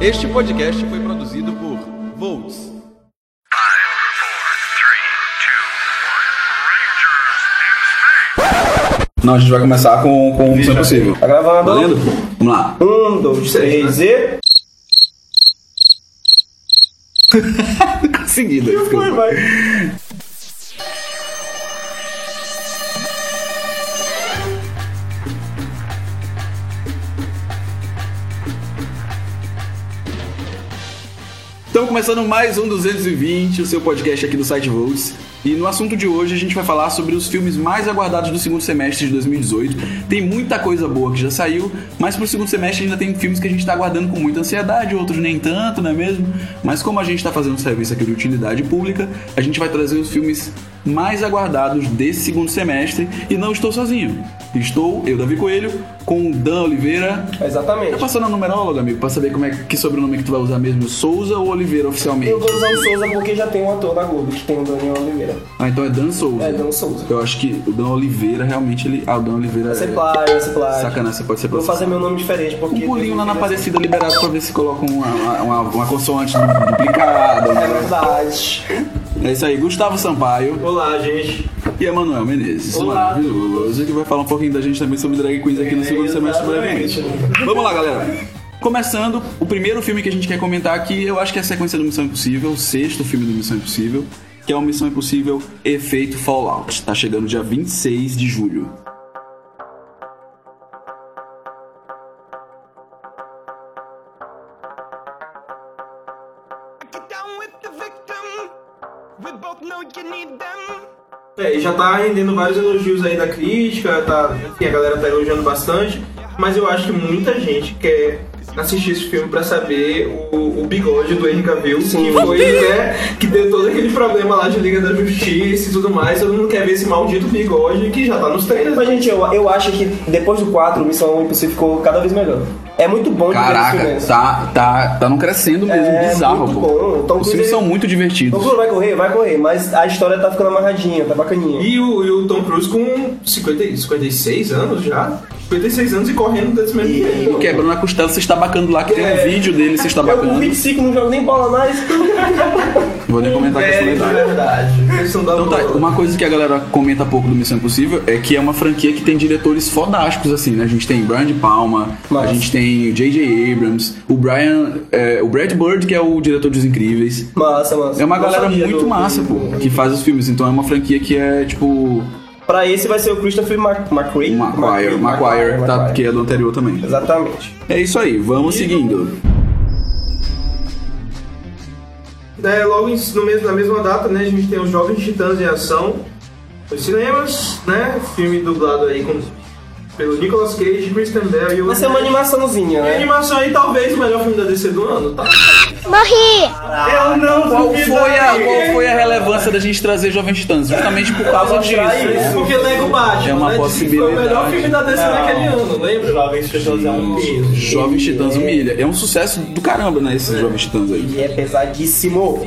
Este podcast foi produzido por Volts. Não, a gente vai começar com, com Missão Impossível. Tá gravando? Valendo? Vamos lá. Um, dois, três e. Seguida. Foi, vai. Estamos começando mais um 220, o seu podcast aqui do site Volts. E no assunto de hoje a gente vai falar sobre os filmes mais aguardados do segundo semestre de 2018. Tem muita coisa boa que já saiu, mas pro segundo semestre ainda tem filmes que a gente tá aguardando com muita ansiedade, outros nem tanto, não é mesmo? Mas como a gente tá fazendo um serviço aqui de utilidade pública, a gente vai trazer os filmes mais aguardados desse segundo semestre. E não estou sozinho. Estou, eu, Davi Coelho, com o Dan Oliveira. Tá Exatamente. passando a numerólogo, amigo, pra saber como é que sobrenome que tu vai usar mesmo, Souza ou Oliveira oficialmente? Eu vou usar o Souza porque já tem um ator da Globo que tem o Daniel Oliveira. Ah, então é Dan Souza. É, Dan Souza. Eu acho que o Dan Oliveira realmente ele. Ah, o Dan Oliveira Vai é. ser plágio, vai ser plágio. Sacanagem, você pode ser Vou plágio. fazer meu nome diferente porque. Um pulinho lá na parecida liberado pra ver se coloca uma, uma, uma consoante duplicada. É né? verdade. É isso aí, Gustavo Sampaio Olá, gente. e Emanuel Menezes. Olá. Maravilhoso, que vai falar um pouquinho da gente também sobre drag queens aqui no segundo semestre brevemente. Exatamente. Vamos lá, galera. Começando, o primeiro filme que a gente quer comentar aqui, eu acho que é a sequência do Missão Impossível, o sexto filme do Missão Impossível, que é o Missão Impossível Efeito Fallout. Tá chegando dia 26 de julho. Get down with the victim. We both know you need them. É, e já tá rendendo vários elogios aí da crítica, tá, enfim, a galera tá elogiando bastante, mas eu acho que muita gente quer assistir esse filme pra saber o, o bigode do Henry Cavill, que foi, né, que deu todo aquele problema lá de Liga da Justiça e tudo mais, todo mundo quer ver esse maldito bigode que já tá nos trailers. Mas, gente, eu, eu acho que depois do 4, Missão Impossível ficou cada vez melhor. É muito bom de ver esse Caraca, filme. tá, tá, tá não crescendo mesmo, É, bizarro, muito pô. bom. Tom Os filmes Cruise- são muito O divertidos. Bruno vai correr? Vai correr, mas a história tá ficando amarradinha, tá bacaninha. E o, e o Tom Cruise com 50, 56 anos já, 56 anos e correndo desse mesmo jeito. Quebrando a costela, você está bacando lá, que tem um É. vídeo dele, você está Eu com bacando. 25 não jogo nem bola mais. Vou nem comentar que É, isso é verdade. Questão da Então tá, bola. uma coisa que a galera comenta pouco do Missão Impossível é que é uma franquia que tem diretores fodásticos, assim, né? A gente tem Brian De Palma, Nossa. a gente tem o J.J. Abrams, o Brian. é, o Brad Bird, que é o diretor dos Incríveis. Massa, massa. É uma Não galera sabia muito do- massa, pô, que faz os filmes. Então é uma franquia que é tipo. Pra esse vai ser o Christopher Mac McRae. O Maguire, Maguire, tá, que é do anterior também. Exatamente. É isso aí, vamos seguindo. Daí, logo em- no mesmo, na mesma data, né, a gente tem os Jovens Titãs em Ação nos cinemas, né? Filme dublado aí com, pelo Nicolas Cage, Kristen Bell e o. Vai ser é uma animaçãozinha, A né? animação aí, talvez o melhor filme da DC do ano, tá? Morri! Eu não Ah, Qual duvido foi, a, aí. qual foi a relevância da gente trazer Jovens Titãs? Justamente por causa disso. mostrar né? isso. É, Porque lembra o Batman, É uma né? Disse que Foi o melhor possibilidade. filme da DC naquele ano, lembra? Jovens Titãs é um Jovens Titãs humilha. É um sucesso do caramba, né? Esses Jovens Titãs aí. E é pesadíssimo.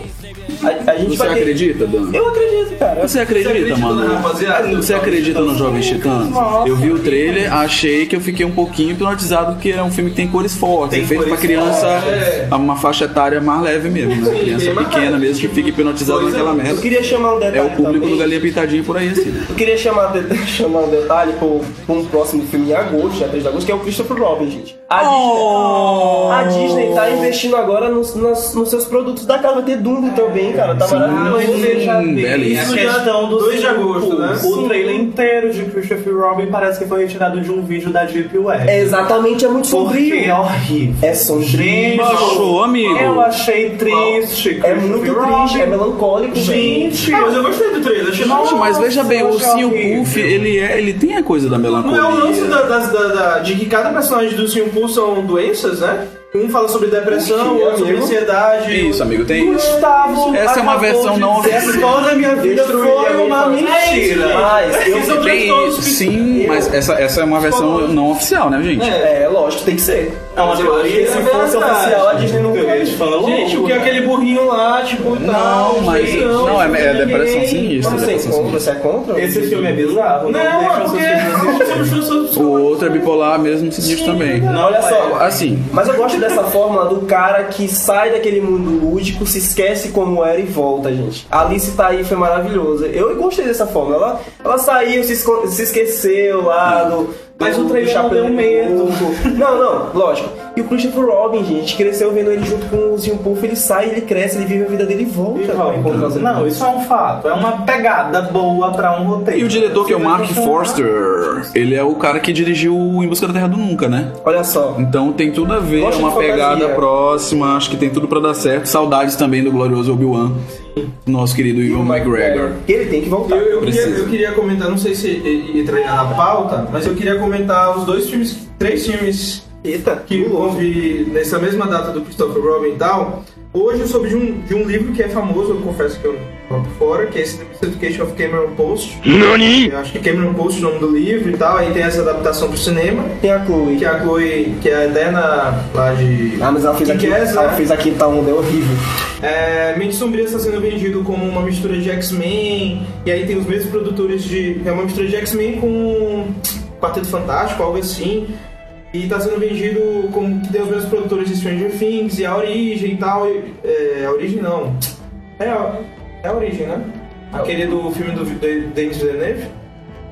A, a gente Você vai ter... acredita, Dan? Eu acredito, cara. Você acredita, acredita, né, mano? rapaziada? Você acredita no Jovens Titãs? Eu vi o trailer, achei que eu fiquei um pouquinho hipnotizado, porque é um filme que tem cores fortes. é feito pra criança, é. uma faixa etária mais leve mesmo, né? Criança bem mais pequena mesmo, que fica hipnotizada Pois é. naquela Eu merda. queria chamar um detalhe É o público também. do Galinha Pintadinha por aí, assim. Eu queria chamar, de- chamar um detalhe pro, pra um próximo filme em agosto, dia 3 de agosto, que é o Christopher Robin, gente. A Oh! Disney, a Disney tá investindo agora nos, nas- nos seus produtos da casa. Vai ter Dumbo também, cara. Tá maravilhoso. Hum, belíssimo. Isso já questão do 2 de circo. agosto, né? O trailer inteiro de Christopher Robin parece que foi retirado de um vídeo da Deep Web. É, exatamente, é muito Porque é sombrio. horrível. É sombrio. Gente, Baixou, amigo. Eu achei triste. É Christopher muito Robin. triste, é melancólico, gente. Gente, Ah, Mas eu gostei do trailer, achei Gente, mas veja bem, o Nossa, ursinho horrível. Puff, ele, é, ele tem a coisa da Não é o lance melancolia. da, das- da- da- de que cada personagem do Sim Pool são doenças, né? Um fala sobre depressão, Sim, outro sobre amigo. ansiedade. É Isso, amigo, tem isso. Gustavo. Essa é uma acabou versão de não dizer oficial. que Toda a minha vida Destruir foi a uma minha família. mentira. Mas, Ah, eu- Isso é um transtorno Tem, sim, mas essa, essa é uma versão não oficial, né, gente? é, lógico, tem que ser. É uma Mas eu acho teoria. que Se é fosse verdade. oficial, a Disney não Eu ia te falar louco. né? Gente, o que é aquele burrinho lá, tipo, tá, e tal. Não, mas. não, Não, é, é ninguém. depressão sinistra. Você é depressão contra? Você é contra? Esse filme é bizarro. Não, Não, deixa é eu porque. assistir. Você puxou seus- sinistra. O outro é bipolar mesmo, sinistro também. Olha só. Assim, Mas eu gosto dessa fórmula do cara que sai daquele mundo lúdico, se esquece como era e volta, gente. A Alice tá aí, foi maravilhosa. Eu gostei dessa fórmula. Ela, ela saiu, se, esco- se esqueceu lá do. Mas do- o trailer do Chapéu não deu de medo. Coco. Não, não, lógico. E o Christopher Robin, gente, cresceu vendo ele junto com o Zim Puff, ele sai, ele cresce, ele vive a vida dele e volta. pra encontrar os Não, isso é um fato. É uma pegada boa pra um roteiro. E o diretor, que é o Mark Sim, Forster, ele é o cara que dirigiu Em Busca da Terra do Nunca, né? Olha só. Então tem tudo a ver, Gosto é uma de fantasia. pegada próxima, acho que tem tudo pra dar certo. Saudades também do glorioso Obi-Wan, nosso querido Ivan McGregor. Ele tem que voltar. Eu, eu queria, Precisa. eu queria comentar, não sei se e- e entraria na pauta, mas eu queria comentar os dois filmes, três filmes Eita, que louco. houve nessa mesma data do Christopher Robin e tal. Hoje eu soube de um, de um livro que é famoso, eu confesso que eu não tô por fora, que é esse The Miseducation of Cameron Post. Nani! Eu acho que é Cameron Post o nome do livro e tal, aí tem essa adaptação pro cinema. Tem a Chloe. Que é a Chloe, que é a eterna lá de. Ah, mas ela fez, a Que quinta, é essa, ela né? fez a quinta onda, é horrível. É, Mente Sombria está sendo vendido como uma mistura de X-Men, e aí tem os mesmos produtores de. É uma mistura de X-Men com Quarteto Fantástico, algo assim. E está sendo vendido como que tem os mesmos produtores de Stranger Things e a origem e tal. e- é, a origem não. É a, é a origem, né? Aquele do filme do de- Denis Villeneuve.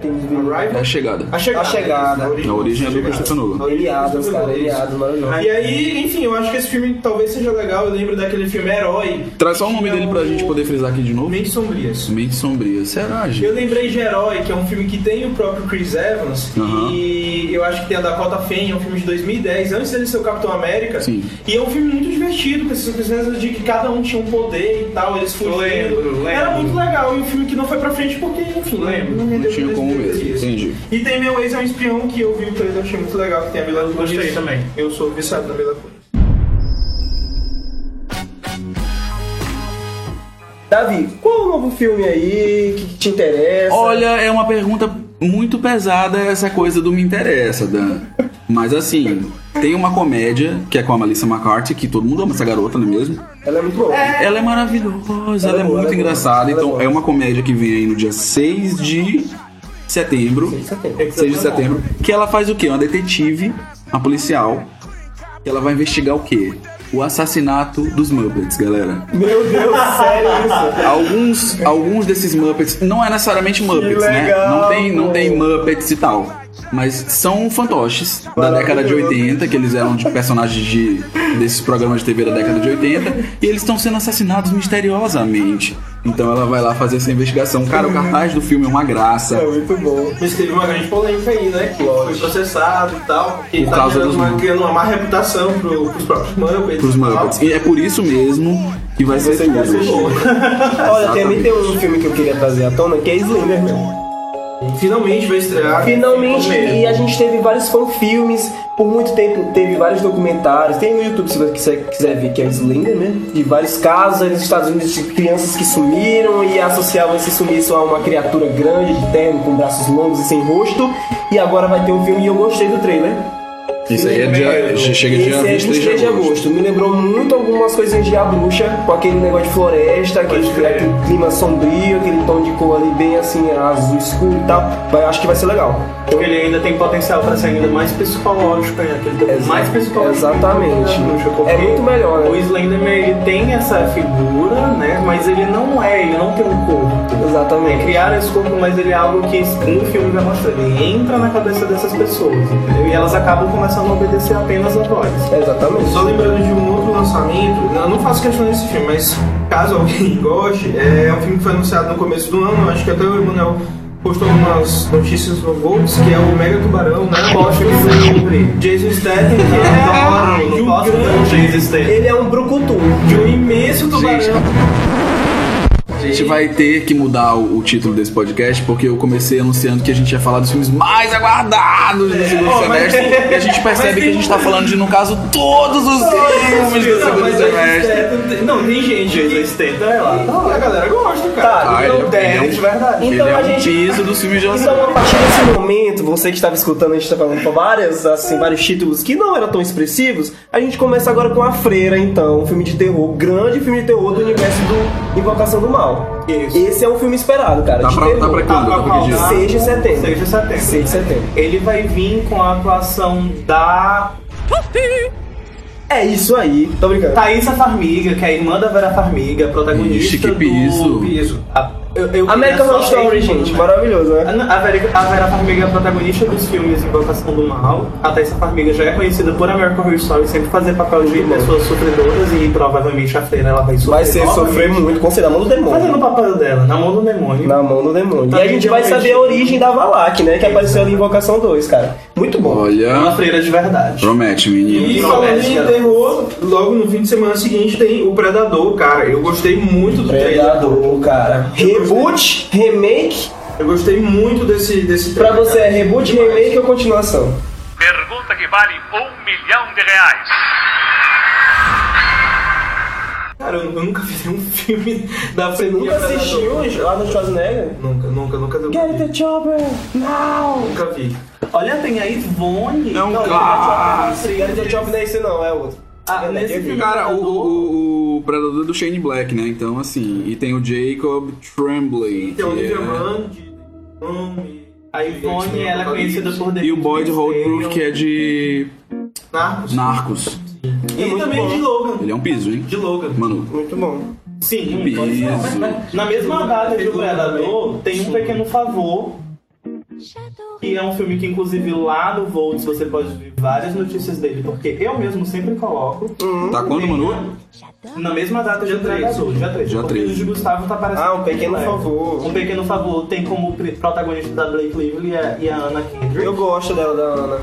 É a Arrival. chegada. A chegada. A Chegada. A origem é do Christopher Nolan. A origem Ele é do Adams, Christopher cara, ele Nolan. Adams, maravilhoso. E aí, enfim, eu acho que esse filme talvez seja legal. Eu lembro daquele filme Herói. Traz só o nome dele pra gente poder frisar aqui de novo. Mentes Sombrias. Mente Sombria. Será, gente? Eu lembrei de Herói, que é um filme que tem o próprio Chris Evans. Aham. E eu acho que tem a Dakota Fanning, é um filme de 2010, antes dele ser o Capitão América. Sim. E é um filme muito divertido, com essas presenças de que cada um tinha um poder e tal, eles fugindo. Lembro, lembro. Era muito legal. E um filme que não foi pra frente porque, enfim, lembro. Não, rendeu tinha tantas como mesmo, bilheterias. entendi. E tem Meu Ex é um Espião, que eu vi o trailer, achei muito legal, que tem a Mila Kunis. Gostei também. Eu sou viciado na Mila Kunis. Davi, é qual o novo filme aí que te interessa? Olha, é uma pergunta muito pesada essa coisa do me interessa, Dan. Mas assim, tem uma comédia que é com a Melissa McCarthy, que todo mundo ama essa garota, não é mesmo? Ela é muito boa. Ela é maravilhosa, ela, Ela é é muito boa, ela é boa, engraçada. ela é Então boa. é uma comédia que vem aí no dia 6 de setembro. 6 de setembro. 6 de setembro. Que ela faz o quê? Uma detetive, uma policial. Que ela vai investigar o quê? O assassinato dos Muppets, galera. Meu Deus, sério isso? Alguns, alguns desses Muppets, não é necessariamente Muppets, né? legal, Não tem, não pô. tem Muppets e tal. Mas são fantoches da década de 80, que eles eram de personagens de, desses programas de TV da década de 80, e eles estão sendo assassinados misteriosamente. Então ela vai lá fazer essa investigação. Cara, o cartaz do filme é uma graça. É muito bom. Mas teve uma grande polêmica aí, né? Que foi processado e tal. Que Por tá causa criando dos uma, Muppets. criando uma má reputação pro, pros próprios Muppets. Pros e tal. Muppets. E é por isso mesmo que vai é ser tudo. gente. Olha, tem, Exatamente. tem um filme que eu queria trazer à tona, que é Slimer, meu. Finalmente vai estrear. Finalmente, Mesmo. e a gente teve vários fanfilmes, por muito tempo teve vários documentários, tem no YouTube se você quiser, quiser ver que é o Slinger, né? De vários casos nos Estados Unidos de crianças que sumiram e associavam esse sumiço a uma criatura grande, de terno, com braços longos e sem rosto. E agora vai ter um filme e eu gostei do trailer. Isso aí é dia, chega assim, Esse dia é 23 de agosto. Me lembrou muito algumas coisinhas de A Bruxa, com aquele negócio de floresta, aquele, aquele clima sombrio, aquele tom de cor ali bem assim, azul escuro e tal. Vai- acho que vai ser legal. Então ele ainda tem potencial pra ser ainda mais psicológico, né? Aquele tempo mais psicológico. Exatamente. que o Bruxa, porque É muito melhor, O né? Slenderman ele tem essa figura, né? Mas ele não é, ele não tem um corpo. Exatamente. Criaram esse corpo, mas ele é algo que no filme vai mostrar. Ele entra na cabeça dessas pessoas, entendeu? E elas acabam começando a obedecer apenas a voz. Exatamente. Só lembrando de um outro lançamento, eu não faço questão desse filme, mas caso alguém goste, é um filme que foi anunciado no começo do ano, acho que até o Emanuel postou algumas notícias no Volts, que é o Mega Tubarão, né? Posso sempre. Jason Statham, que é Adoro, de não um posso não grande, existir. Ele é um brucutu. de um imenso tubarão. A gente vai ter que mudar o, o título desse podcast, porque eu comecei anunciando que a gente ia falar dos filmes mais aguardados do segundo ó, mas- semestre. E a gente mas percebe tem que a gente tá um- falando de, no caso, todos os filmes do Não, é segundo mas Jason semestre. Statham tem- Não, tem gente. Jason Statham é lá. A galera gosta, cara. Tá, Ah, ele, então é- ele é deve, um, de verdade. ele Então é a um gente. piso dos filmes de Então, ação. a partir desse momento, você que estava escutando, a gente está falando para várias, assim, vários títulos que não eram tão expressivos. A gente começa agora com A Freira, então, um filme de terror, grande filme de terror do universo do Invocação do Mal. Isso. Esse é um filme esperado, cara. Dá de pra- dá terror. pra quando? Dá pra que dia? 6 de setembro. 6 de setembro. 6 de setembro. Ah, Ele vai vir com a atuação da É isso aí. Tá Tô brincando. Thaísa Farmiga, que é a irmã da Vera Farmiga, protagonista Ixi, que do... piso. Isso. A, eu, eu American queria Horror só- Story, gente. Maravilhoso, né? A a Vera, a Vera Farmiga é a protagonista dos filmes Invocação do Mal. A Thaisa Farmiga já é conhecida por American Horror Story sempre fazer papel de pessoas sofredoras e provavelmente a feira ela vai sofrer. Vai ser novamente, Tá sofrer muito, com certeza, na mão do Fazendo o demônio. papel dela, na mão do demônio. Na mão do demônio. E a Também gente tem vai um saber a feitiço. origem da Valak, né? Que apareceu ali em Invocação 2, cara. Muito bom. É uma Olha. freira de verdade. Promete, menino. E Não, falando Messi, em cara. terror, logo no fim de semana seguinte tem o Predador, cara. Eu gostei muito do trailer. Predador, cara. Reboot, remake. Eu gostei muito desse, desse Pra trailer. você é cara. reboot, Demais. remake ou continuação? Pergunta que vale um milhão de reais. Cara, eu, eu nunca vi nenhum filme da franquia Nunca Predador. assistiu Arnold Schwarzenegger? Nunca, nunca, nunca. Get the chopper now! Nunca vi. Olha, tem a Ivone. É um Não, clássico. Get Get the the Job né? chopper não é esse não, é outro. Ah, É, nesse eu vi. filme. Cara, o, o, o Predador é do Shane Black, né? Então, assim, e tem o Jacob Tremblay. Tem o que é- Olivia Munn, de nome. A Ivone, ela é conhecida por The E o Boyd Holdproof, que é de Narcos. Narcos. é E também de Logan. Ele é um piso, hein? De Logan. Mano, Muito bom. Sim, Piso. pode ser, mas, mas Na mesma data de O Predador, tem um pequeno favor. Que é um filme que, inclusive, lá no Volts você pode ver várias notícias dele, porque eu mesmo sempre coloco tá quando, Manu? na mesma data de Dia três. Predador, dia 3. Dia porque o três. de Gustavo tá aparecendo. Ah, um pequeno É. favor. Um pequeno favor tem como pri- protagonista da Blake Lively e a, e a Anna Kendrick. Eu Eu, gosto dela, da Ana.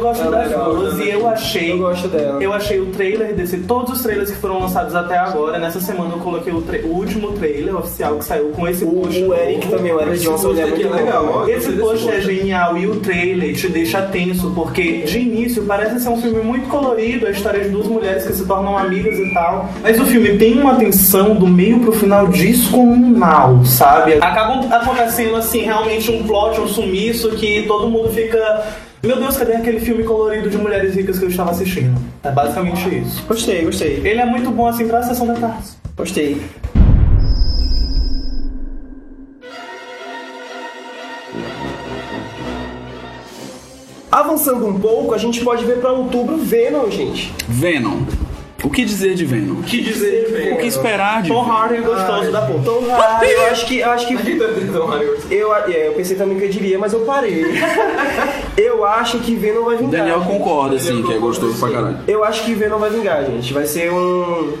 gosto Ela é das legal, duas né? e eu achei Eu gosto dela. Eu achei o trailer desse, todos os trailers que foram lançados até agora. Nessa semana eu coloquei o, tra- o último trailer oficial que saiu com esse O, post. o Eric também, o Eric Esse Johnson, ele é aqui muito é legal, ó. legal. Esse post é genial e o trailer te deixa tenso, porque de início parece ser um filme muito colorido, a história de duas mulheres que se tornam amigas e tal. Mas o filme tem uma tensão do meio pro final descomunal, sabe? Acaba acontecendo assim, realmente um plot, um sumiço que todo mundo fica. Meu Deus, cadê aquele filme colorido de mulheres ricas que eu estava assistindo? É basicamente isso. Gostei, gostei, Ele é muito bom assim pra sessão da tarde. gostei. Avançando um pouco, a gente pode ver pra outubro Venom, gente. Venom. O que dizer de Venom? Que dizer O de que Venom? esperar de Tom Venom? Hardy é gostoso da porra. Tom Hardy, Ah, eu acho que, eu acho que Então, Harry, Eu, é, eu pensei também que eu diria, mas eu parei. eu acho que Venom vai vingar. Daniel concorda, assim, que é gostoso pra caralho. Eu acho que Venom vai vingar, gente. Vai ser um.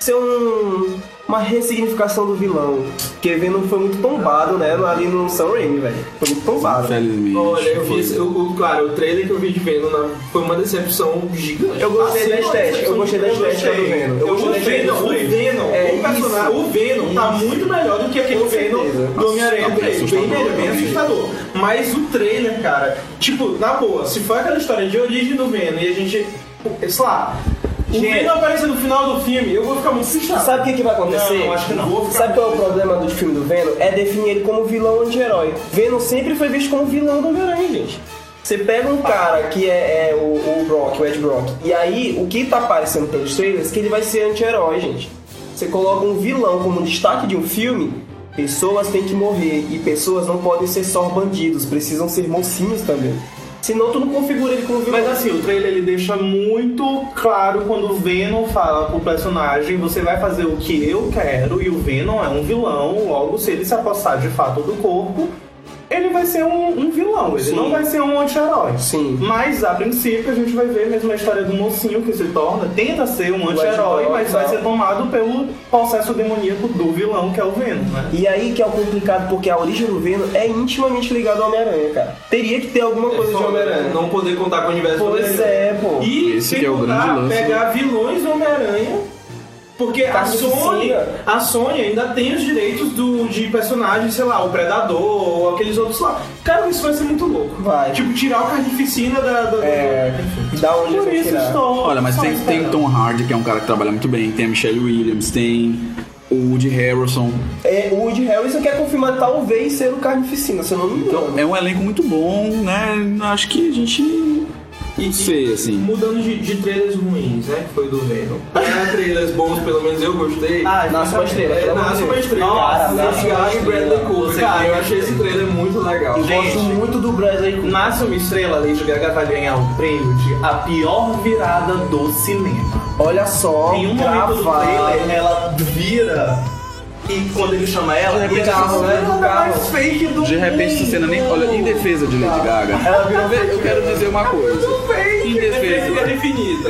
ser um. Uma ressignificação do vilão. Porque Venom foi muito tombado, né? Ali no Sam Raimi, velho. Foi muito tombado. Infelizmente. Olha, eu foi. vi, eu, o- claro, o trailer que eu vi de Venom na- foi uma decepção gigante. Eu gostei Assim, da uma estética, decepção eu gostei da gigante. estética do Venom. Eu Eu gostei gostei da estética Venom, do o Venom, É, o personagem, isso. o Venom tá muito melhor do que aquele Com Venom certeza. do Homem-Aranha Assustador, 3. Bem né? melhor, bem assustador. assustador. Mas o trailer, cara, tipo, na boa, se for aquela história de origem do Venom e a gente, sei lá, o Gente. Venom aparecer no final do filme, eu vou ficar muito frustrado. Sabe o que, que vai acontecer? Não, acho que não. Vou ficar- Sabe qual é o problema do filme do Venom? É definir ele como vilão anti-herói. Venom sempre foi visto como vilão do Homem-Aranha, gente. Você pega um cara que é, é o, o Brock, o Ed Brock, e aí o que tá aparecendo pelos trailers é que ele vai ser anti-herói, gente. Você coloca um vilão como destaque de um filme, pessoas têm que morrer e pessoas não podem ser só bandidos, precisam ser mocinhos também. Senão tu não configura ele como vilão. Mas assim, o trailer ele deixa muito claro quando o Venom fala pro personagem: você vai fazer o que eu quero, e o Venom é um vilão, logo, se ele se apossar de fato do corpo, ele vai ser um, um vilão, ele Sim. não vai ser um anti-herói. Sim. Mas a princípio a gente vai ver mesmo a história do mocinho que se torna, tenta ser um anti-herói, anti-herói, mas vai tá. ser tomado pelo processo demoníaco do vilão, que é o Venom, né? E aí que é o complicado, porque a origem do Venom é intimamente ligada ao Homem-Aranha, cara. Teria que ter alguma coisa de Homem-Aranha. Não poder contar com o universo do Pois Homem-Aranha. é, pô. E Esse sem que é o grande contar, lance, pegar vilões do Homem-Aranha. Porque a Carnificina. Sony, a Sony ainda tem os direitos do, de personagens, sei lá, o Predador ou aqueles outros lá. Cara, isso vai ser muito louco. Vai. Tipo, tirar o Carnificina da. da É, da onde eles Por vão isso tirar? estou. Olha, mas só tem, tem esperando. Tom Hardy, que é um cara que trabalha muito bem, tem a Michelle Williams, tem o Woody Harrelson. É, o Woody Harrison quer confirmar talvez ser o Carnificina, se eu não me engano. Então, é um elenco muito bom, né? Acho que a gente E, Sei, assim. Mudando de, de trailers ruins, né? Que foi do Venom. Pra trailers bons, pelo menos eu gostei. Ah, Nasce uma estrela, É, pelo amor nasce de uma Deus. estrela. Cara, nasce uma Nasce e Bradley Cooper. Cara, Cara, eu achei esse trailer muito legal. Eu gosto Gente. muito do Bradley Cooper. Nasce uma estrela, Lady Gaga vai ganhar o prêmio de a pior virada do cinema. Olha só, Em um momento do gravado. trailer, ela vira e quando ele é chama ela, De repente, e ela essa fala, cena "Ela do tá carro." mais fake do De repente, essa cena nem. Olha, em defesa de Lady Gaga. Eu quero dizer uma coisa. Em defesa. infinita.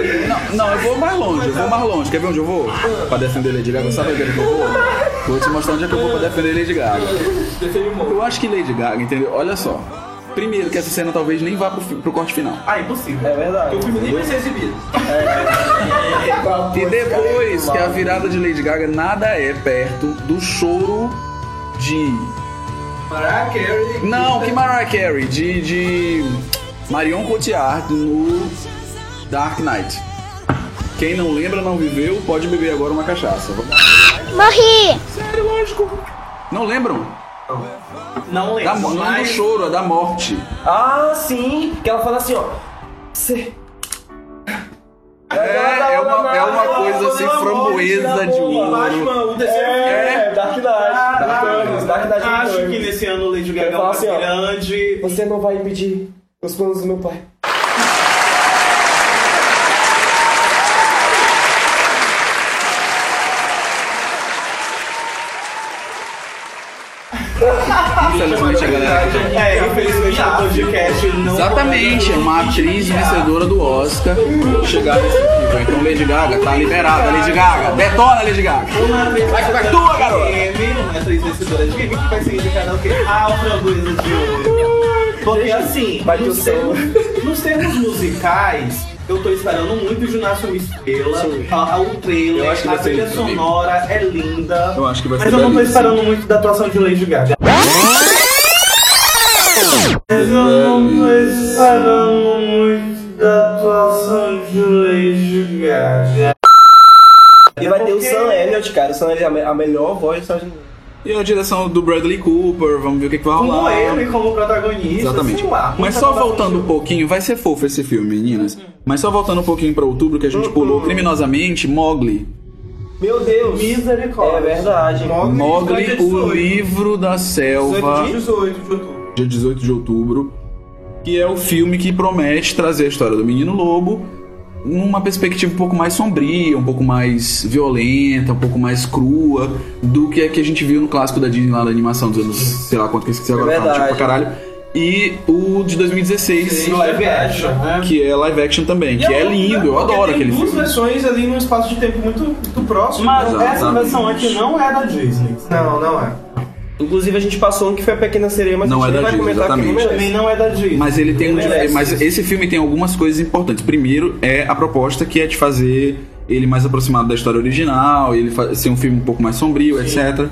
Não, não, eu vou mais longe, eu vou mais longe. Quer ver onde eu vou? Pra defender Lady Gaga, sabe onde é que eu vou? Vou te mostrar onde é que eu vou pra defender Lady Gaga. Defende um monte. Eu acho que Lady Gaga, entendeu? Olha só. Primeiro, que essa cena talvez nem vá pro, fi- pro corte final. Ah, impossível. É verdade. O filme nem vai ser exibido. E depois que a virada de Lady Gaga nada é perto do choro de. Mariah Carey. Não, que Mariah Carey, de. de Marion Cotillard no Dark Knight. Quem não lembra, não viveu, pode beber agora uma cachaça. Vamos- Morri! Não lembram? Tá Não Da, lembro, mo- não então, é do mas... choro, é da morte. Ah, sim, que ela fala assim, ó. Cê... É, é uma, é uma coisa assim framboesa de ouro. Batman, o terceiro É, Dark Knight. Dark Knight, Dark Knight. Ah, Acho Returns. que nesse ano Lady Gaga é falar uma assim, ó. grande... Você não vai impedir os planos do meu pai. Infelizmente a galera aqui já É, infelizmente o podcast não... Exatamente, é uma atriz vencedora do Oscar chegar nesse nível. Então Lady Gaga tá liberada, Lady Gaga, detona Lady Gaga. Uma atriz Vai que vai vencedora tua, de garoto. Emmy, Uma atriz vencedora de Emmy que vai ser indicada ao quê? Ah, o framboesa de ouro. Porque assim, Vai que o nos selo. termos, nos termos musicais, eu tô esperando muito de Nasce Uma Estrela, a- a- o trailer, Eu acho que a vai ser trilha lindo também. sonora é linda. Eu acho que vai mas ser eu não tô belíssimo. esperando muito da atuação de Lady Gaga. Mas eu não tô esperando muito da atuação de Lady Gaga. E vai ter o Porque- Sam Elliott, cara. O Sam Elliott é a me- a melhor voz do Estados Unidos. E a direção do Bradley Cooper, vamos né? ver o que, que vai Como rolar. ele, como protagonista, Exatamente. sei lá. Mas muita só coisa voltando um pouquinho, vai ser fofo esse filme, meninas. Mas só voltando um pouquinho pra outubro que a gente pulou criminosamente, Mogli. Meu Deus. Misericórdia. É verdade. Mogli, o 18. livro da selva. 18 de outubro. dia 18 de outubro, que é o filme que promete trazer a história do menino lobo numa perspectiva um pouco mais sombria, um pouco mais violenta, um pouco mais crua do que a que a gente viu no clássico da Disney lá da animação dos anos, sei lá quanto que eu esqueci agora, tá um tipo pra verdade. caralho. E o de 2016, Live action, né? que é live action também, que é lindo, eu Porque adoro tem aquele duas filme. versões ali num espaço de tempo muito, muito próximo. então Mas Exatamente. essa versão aqui não é da Disney. Não, não é. Inclusive, a gente passou um que foi a Pequena Sereia, mas Não é a gente da não vai Disney, comentar aqui né? exatamente. no Também momento. não é da Disney. Mas ele tem um, Merece. mas esse filme tem algumas coisas importantes. Primeiro é a proposta que é de fazer ele mais aproximado da história original, ele fa- ser um filme um pouco mais sombrio, etc.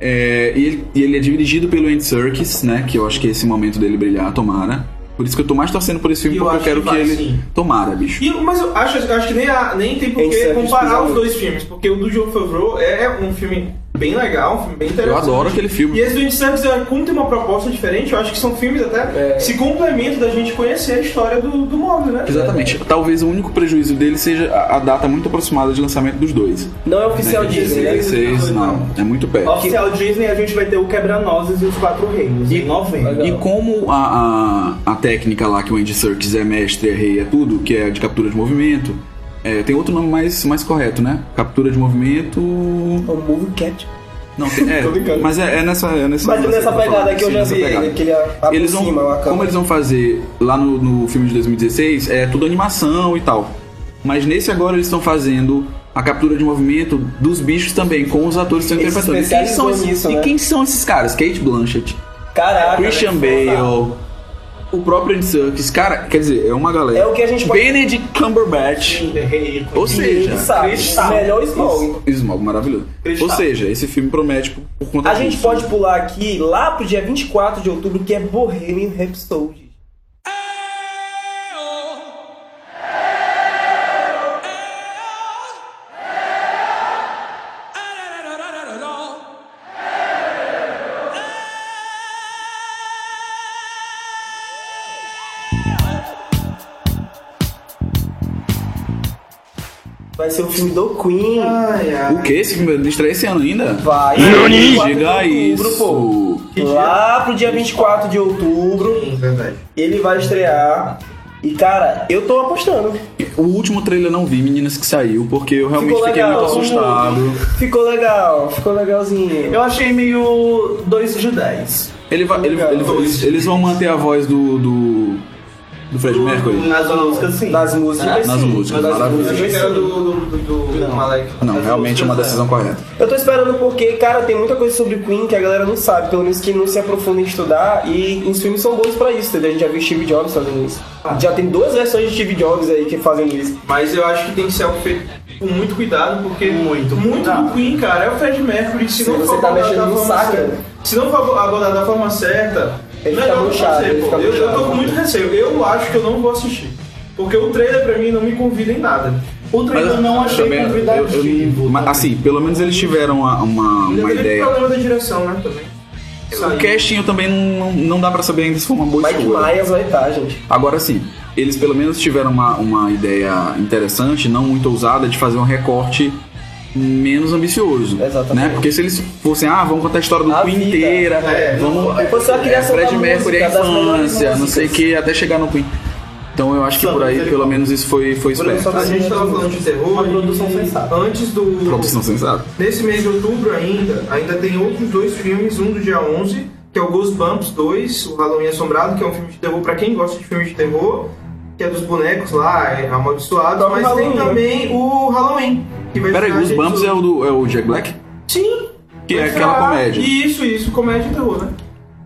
É, e, ele, e ele é dirigido pelo Andy Serkis, né? Que eu acho que é esse momento dele brilhar, tomara. Por isso que eu tô mais torcendo por esse filme, E eu porque eu quero acho que que, vai, ele sim. tomara, bicho. E, mas eu acho, eu acho que nem, há- nem tem por Tem que que ser comparar pesquisado. os dois filmes, porque o do Joe Favreau é um filme bem legal, um filme bem Eu interessante. adoro aquele E filme. esse do Andy Serkis é, como tem uma proposta diferente, eu acho que são filmes até É. que se complementam da gente conhecer a história do, do Mogli, né? Exatamente. Talvez o único prejuízo dele seja a, a data muito aproximada de lançamento dos dois. Não é oficial né? Disney, né? 16, não. É muito perto. Oficial Disney, a gente vai ter o Quebra-Nozes e os Quatro Reinos em novembro. Legal. E como a, a, a técnica lá que o Andy Serkis é mestre, é rei, é tudo, que é de captura de movimento, é, tem outro nome mais, mais correto, né? Captura de movimento. O Movie Cat. Não, tem, é, Tô brincando. mas é, é nessa. É nessa tipo, Mas nessa eu tô falando, pegada que eu sim, já nessa vi pegada. ele, que ele abre Eles por vão, cima, a como câmera. eles vão fazer lá no, no filme de 2016, é tudo animação e tal. Mas nesse agora eles estão fazendo a captura de movimento dos bichos também, com os atores sendo Eles interpretando. E quem, são especializam esses, nisso, e né? quem são esses caras? Kate Blanchett, Caraca. Christian né? Bale, o próprio Andy Serkis, cara, quer dizer, é uma galera. É o que a gente pode- Benedict Cumberbatch, Rei- ou Ele seja, sabe. Cristal. Melhor Smog. Smog maravilhoso. Cristal. Ou seja, esse filme promete por, por conta A gente disso. pode pular aqui lá pro dia 24 de outubro, que é Bohemian Rhapsody. Vai ser o filme do Queen. Ai, ai. O que? Esse filme vai estrear esse ano ainda? Vai. Diga 24 de outubro, pô. isso. Que dia? Lá pro dia 24 de outubro, Sim, verdade. ele vai estrear. E cara, eu tô apostando. O último trailer eu não vi, meninas, que saiu, porque eu realmente Ficou fiquei legal. muito assustado. Ficou legal, ficou legalzinho. Eu achei meio 2 de 10. Ele vai, ele- ele- eles, eles vão manter a voz do. do, do Fred Mercury? Nas músicas, sim. Nas músicas. Nas sim. músicas, Nas maravilha. Eu achei que músicas, era sim. do, do, do, do Malek. Não, realmente é uma decisão correta. Eu tô esperando porque, cara, tem muita coisa sobre Queen que a galera não sabe, pelo menos que não se aprofunda em estudar, e os filmes são bons pra isso, entendeu? A gente já viu Steve Jobs fazendo isso. Já tem duas versões de Steve Jobs aí que fazem isso. Mas eu acho que tem que ser algo feito com muito cuidado, porque Muito muito cuidado. do Queen, cara, é o Fred Mercury. Se, Se não você for tá abordado mexendo da no forma saco, certa- se não for abordado da forma certa, Ele melhor fica não manchado, fazer, ele pô. fica eu, eu tô manchado. com muito receio. Eu acho que eu não vou assistir. Porque o trailer pra mim não me convida em nada. O trailer eu não achei também, convidativo. eu- eu- mas, assim, pelo menos eles tiveram uma, uma, Ainda é uma tem ideia. problema da direção, né? Também. O né? casting eu também não, não dá pra saber ainda se foi uma boa Mike escolha. Myers vai estar, gente. Agora sim, eles pelo menos tiveram uma, uma ideia interessante, não muito ousada, de fazer um recorte menos ambicioso. Exatamente. Né? Porque se eles fossem, ah, vamos contar a história do A Queen vida. inteira, É, vamos. é, foi só a criação Fred da Mercury, música, a das melhores infância, não sei o músicas. é que, até chegar no Queen. Então eu acho que Só, por aí, ele- pelo menos, isso foi, foi esperto. A gente tava falando de terror. Uma produção e sensata. Antes do. Produção sensata. Nesse mês de outubro ainda, ainda tem outros dois filmes, um do dia 11, que é o Goosebumps 2, o Halloween Assombrado, que é um filme de terror pra quem gosta de filmes de terror, que é dos bonecos lá, é amaldiçoado, mas Halloween, tem né? também o Halloween, que vai Peraí, estrear os Bumps dia é o, do, é o Jack Black? 18. Sim! Que vai é aquela estrear. comédia. Isso, isso, comédia e terror, né?